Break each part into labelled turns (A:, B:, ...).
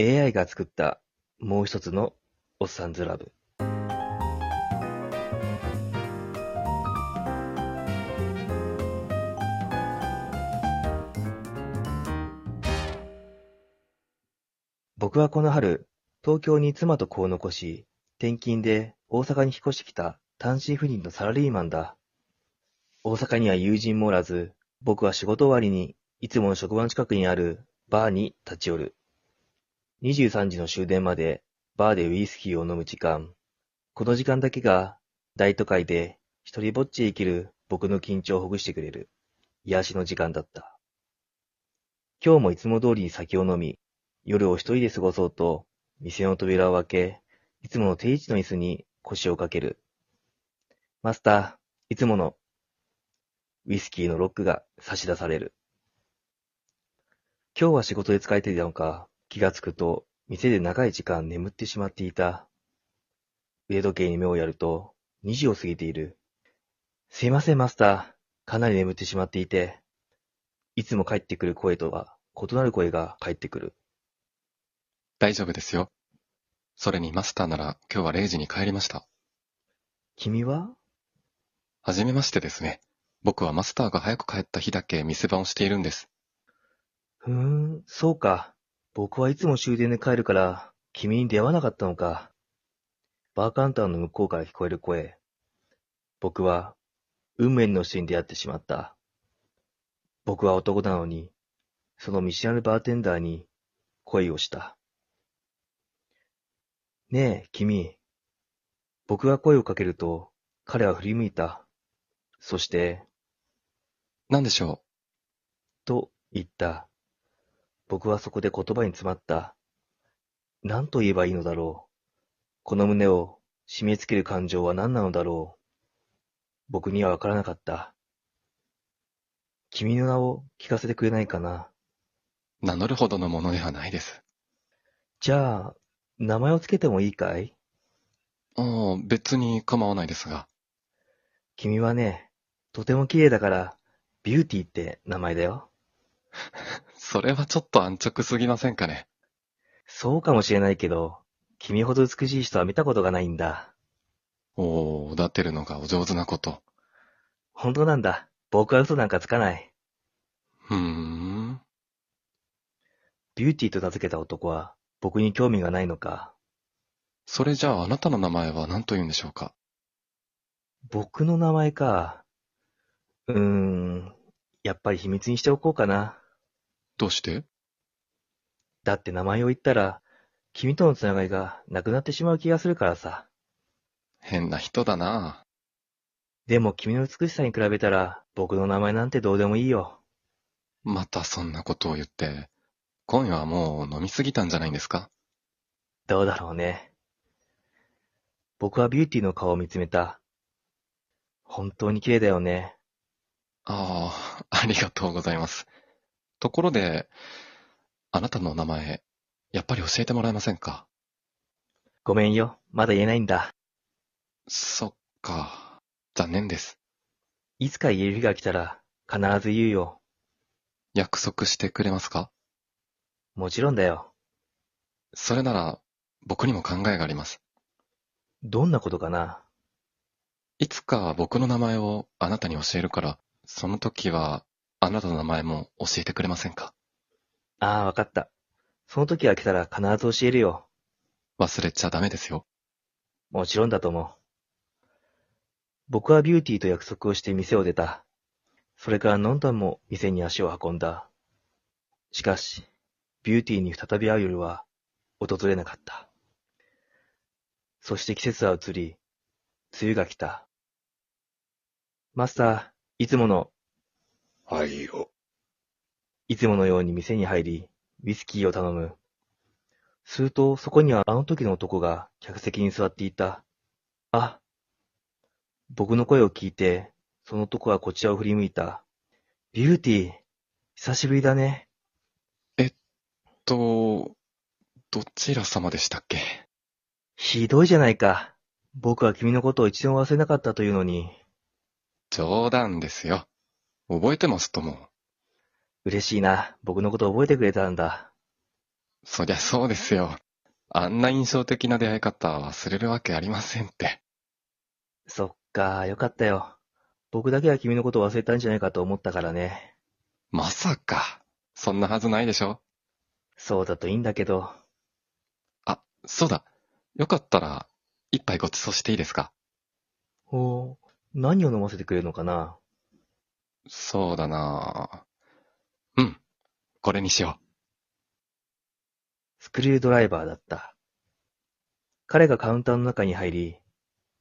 A: AI が作ったもうひとつのおっさんずラブ僕はこの春、東京に妻と子を残し、転勤で大阪に引っ越してきた単身赴任のサラリーマンだ。大阪には友人もおらず、僕は仕事終わりにいつもの職場の近くにあるバーに立ち寄る。23時の終電までバーでウイスキーを飲む時間。この時間だけが大都会で一人ぼっちで生きる僕の緊張をほぐしてくれる癒しの時間だった。今日もいつも通りに酒を飲み、夜を一人で過ごそうと店の扉を開け、いつもの定位置の椅子に腰をかける。マスター、いつもの。ウイスキーのロックが差し出される。今日は仕事で疲れていたのか、気がつくと、店で長い時間眠ってしまっていた。腕時計に目をやると、2時を過ぎている。すいません、マスター。かなり眠ってしまっていて。いつも帰ってくる声とは異なる声が返ってくる。
B: 大丈夫ですよ。それにマスターなら今日は0時に帰りました。
A: 君は
B: はじめましてですね。僕はマスターが早く帰った日だけ店番をしているんです。
A: ふーん、そうか。僕はいつも終電で帰るから、君に出会わなかったのか。バーカウンターの向こうから聞こえる声。僕は、運命の人に出会ってしまった。僕は男なのに、その見知らぬバーテンダーに恋をした。ねえ、君。僕が声をかけると、彼は振り向いた。そして、
B: なんでしょ
A: と言った。僕はそこで言葉に詰まった。何と言えばいいのだろう。この胸を締め付ける感情は何なのだろう。僕にはわからなかった。君の名を聞かせてくれないかな。
B: う。名乗るほどのものではないです。
A: じゃあ、名前をつけてもいいかい
B: ああ、別に構わないですが。
A: 君はね、とても綺麗だから、ビューティーって名前だよ。
B: それはちょっと安直すぎませんかね。
A: そうかもしれないけど、君ほど美しい人は見たことがないんだ。
B: おー、おだてるのがお上手なこと。
A: 本当なんだ。僕は嘘なんかつかない。
B: うーん。
A: ビューティーと名付けた男は僕に興味がないのか。
B: それじゃああなたの名前は何と言うんでしょうか。
A: 僕の名前か。うーん、やっぱり秘密にしておこうかな。
B: どうして
A: だって名前を言ったら、君とのつながりがなくなってしまう気がするからさ。
B: 変な人だな
A: でも君の美しさに比べたら、僕の名前なんてどうでもいいよ。
B: またそんなことを言って。今夜はもう飲みすぎたんじゃないんですか
A: どうだろうね。僕はビューティーの顔を見つめた。本当に綺麗だよね。
B: ああ、ありがとうございます。ところで、あなたのお名前、やっぱり教えてもらえませんか
A: ごめんよ。まだ言えないんだ。
B: そっか。残念です。
A: いつか言える日が来たら、必ず言うよ。
B: 約束してくれますか
A: もちろんだよ。
B: それなら、僕にも考えがあります。
A: どんなことかない
B: つか僕の名前をあなたに教えるから、その時は、あなたの名前も教えてくれませんか
A: ああ、わかった。その時が来たら必ず教えるよ。
B: 忘れちゃダメですよ。
A: もちろんだと思う。僕はビューティーと約束をして店を出た。それから何段も店に足を運んだ。しかし、ビューティーに再び会う夜は訪れなかった。そして季節は移り、梅雨が来た。マスター、いつもの、
C: はいよ。
A: いつものように店に入り、ウィスキーを頼む。すると、そこにはあの時の男が客席に座っていた。あ。僕の声を聞いて、その男はこちらを振り向いた。ビューティー、久しぶりだね。
B: と、どちら様でしたっけ
A: ひどいじゃないか。僕は君のことを一度も忘れなかったというのに、
B: 冗談ですよ。覚えてますとも。
A: 嬉しいな。僕のことを覚えてくれたんだ。
B: そりゃそうですよ。あんな印象的な出会い方忘れるわけありませんって。
A: そっか、よかったよ。僕だけは君のことを忘れたんじゃないかと思ったからね。
B: まさか。そんなはずないでしょ
A: そうだといいんだけど。
B: あ、そうだ。よかったら、一杯ご馳走していいですか
A: おー何を飲ませてくれるのかな
B: そうだなぁうん。これにしよ
A: スクリュードライバーだった。彼がカウンターの中に入り、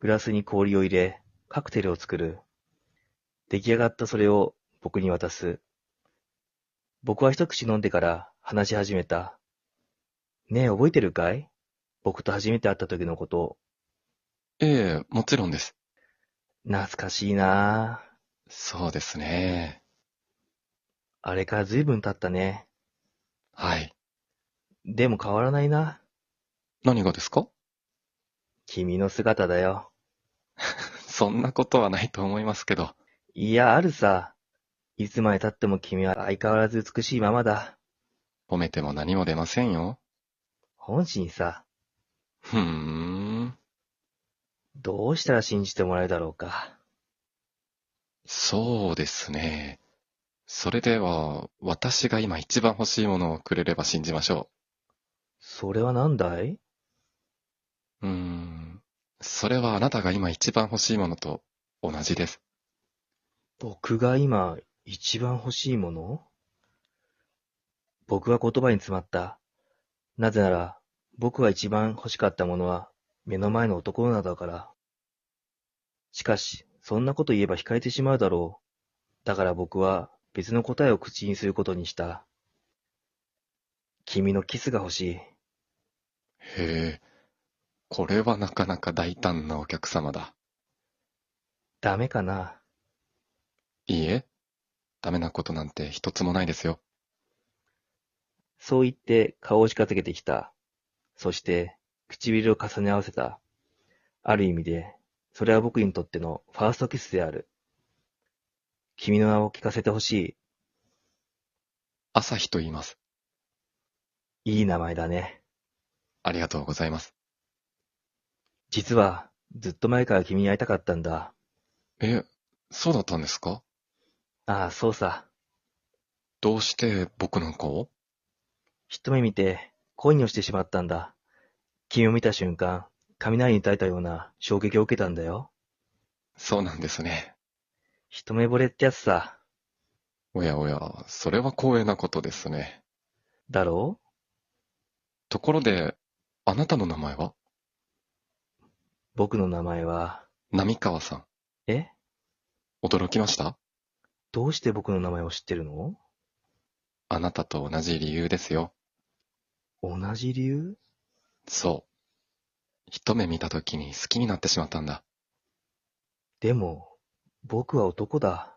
A: グラスに氷を入れ、カクテルを作る。出来上がったそれを僕に渡す。僕は一口飲んでから話し始めた。ねえ、覚えてるかい僕と初めて会った時のこと、
B: う。ええ、もちろんです。
A: 懐かしいなあ
B: そうですね。
A: あれから随分経ったね。
B: はい。
A: でも変わらないな。
B: 何がですか
A: 君の姿だよ。
B: そんなことはないと思いますけど。
A: いや、あるさ。いつまで経っても君は相変わらず美しいままだ。
B: 褒めても何も出ませんよ。
A: 本心さ、
B: ふーん。
A: どうしたら信じてもらえるだろうか。
B: そうですね。それでは、私が今一番欲しいものをくれれば信じましょ。
A: それは何だいう
B: うーん。それはあなたが今一番欲しいものと同じです。
A: 僕が今一番欲しいもの僕は言葉に詰まった。なぜなら、僕が一番欲しかったものは目の前の男などだから。しかし、そんなこと言えば惹かれてしまうだろう。だから僕は別の答えを口にすることにした。君のキスが欲しい。
B: へえ。これはなかなか大胆なお客様だ。
A: ダメかない
B: いえ。ダメなことなんて一つもないですよ。
A: そう言って顔を近づけてきた。そして唇を重ね合わせた。ある意味で、それは僕にとってのファーストキスである。君の名を聞かせてほし
B: 朝日と言います。
A: い。いい名前だね。
B: ありがとうございます。
A: 実は、ずっと前から君に会いたかったんだ。
B: え、そうだったんですか
A: ああ、そうさ。
B: どうして僕なんかを
A: 一目見て、恋に落ちてしまったんだ。君を見た瞬間、雷に耐えたような衝撃を受けたんだよ。
B: そうなんですね。
A: 一目惚れってやつさ。
B: おやおや、それは光栄なことですね。
A: だろう
B: ところで、あなたの名前は
A: 僕の名前は、
B: 波川さん。
A: え
B: 驚きました
A: どうして僕の名前を知ってるの
B: あなたと同じ理由ですよ。
A: 同じ理由
B: そう。一目見た時に好きになってしまったんだ。
A: でも、僕は男だ。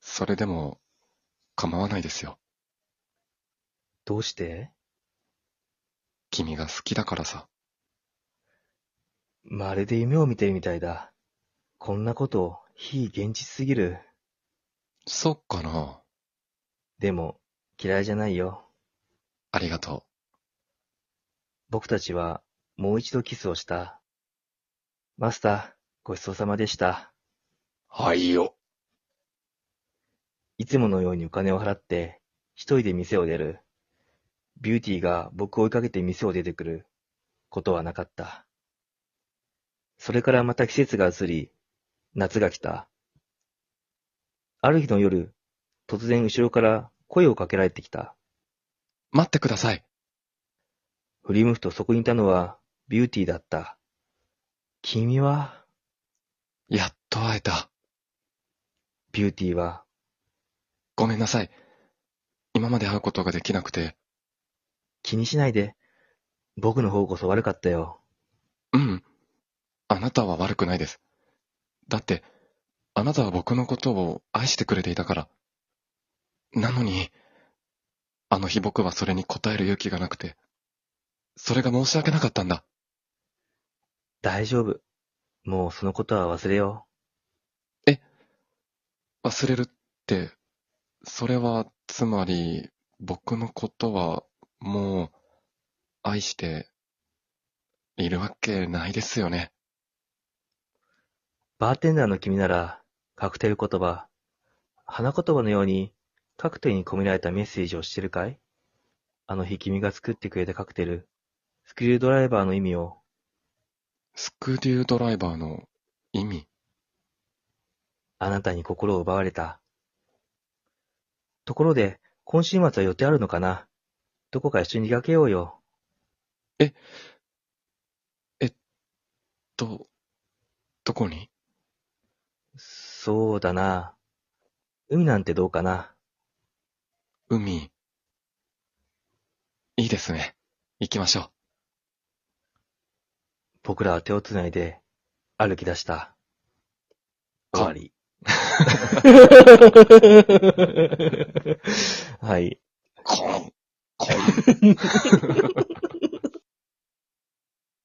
B: それでも、構わないですよ。
A: どうして
B: 君が好きだからさ。
A: まるで夢を見てるみたいだ。こんなこと、非現実すぎる。
B: そっかな。
A: でも、嫌いじゃないよ。
B: ありがと
A: 僕たちは、もう一度キスをした。マスター、ごちそうさまでした。
C: はいよ。
A: いつものようにお金を払って、一人で店を出る。ビューティーが僕を追いかけて店を出てくることはなかった。それからまた季節が移り、夏が来た。ある日の夜、突然後ろから声をかけられてきた。
B: う。待ってください。
A: 振り向くとそこにいたのはビューティーだった。君は、
B: やっと会えた。
A: ビューティーは、
B: ごめんなさい。今まで会うことができなくて。
A: 気にしないで、僕の方こそ悪かったよ。
B: うん。あなたは悪くないです。だって、あなたは僕のことを愛してくれていたから。なのに、あの日僕はそれに応える勇気がなくて、それが申し訳なかったんだ。
A: 大丈夫。もうそのことは忘れよ
B: 忘れるって、それは、つまり、僕のことはもう、愛して、いるわけないですよね。
A: バーテンダーの君なら、カクテル言葉、花言葉のように、カクテルに込められたメッセージを知ってるかいあの日君が作ってくれたカクテル、スクリュードライバーの意味を、
B: スクリュードライバーの意味。
A: あなたに心を奪われた。ところで、今週末は予定あるのかなどこか一緒に出かけようよ。
B: と、どこに
A: そうだな。海なんてどうかな
B: 海。いいですね。行きましょう。
A: 僕らは手をつないで歩き出した。終
B: か
A: わり。はい。
B: こん、こん。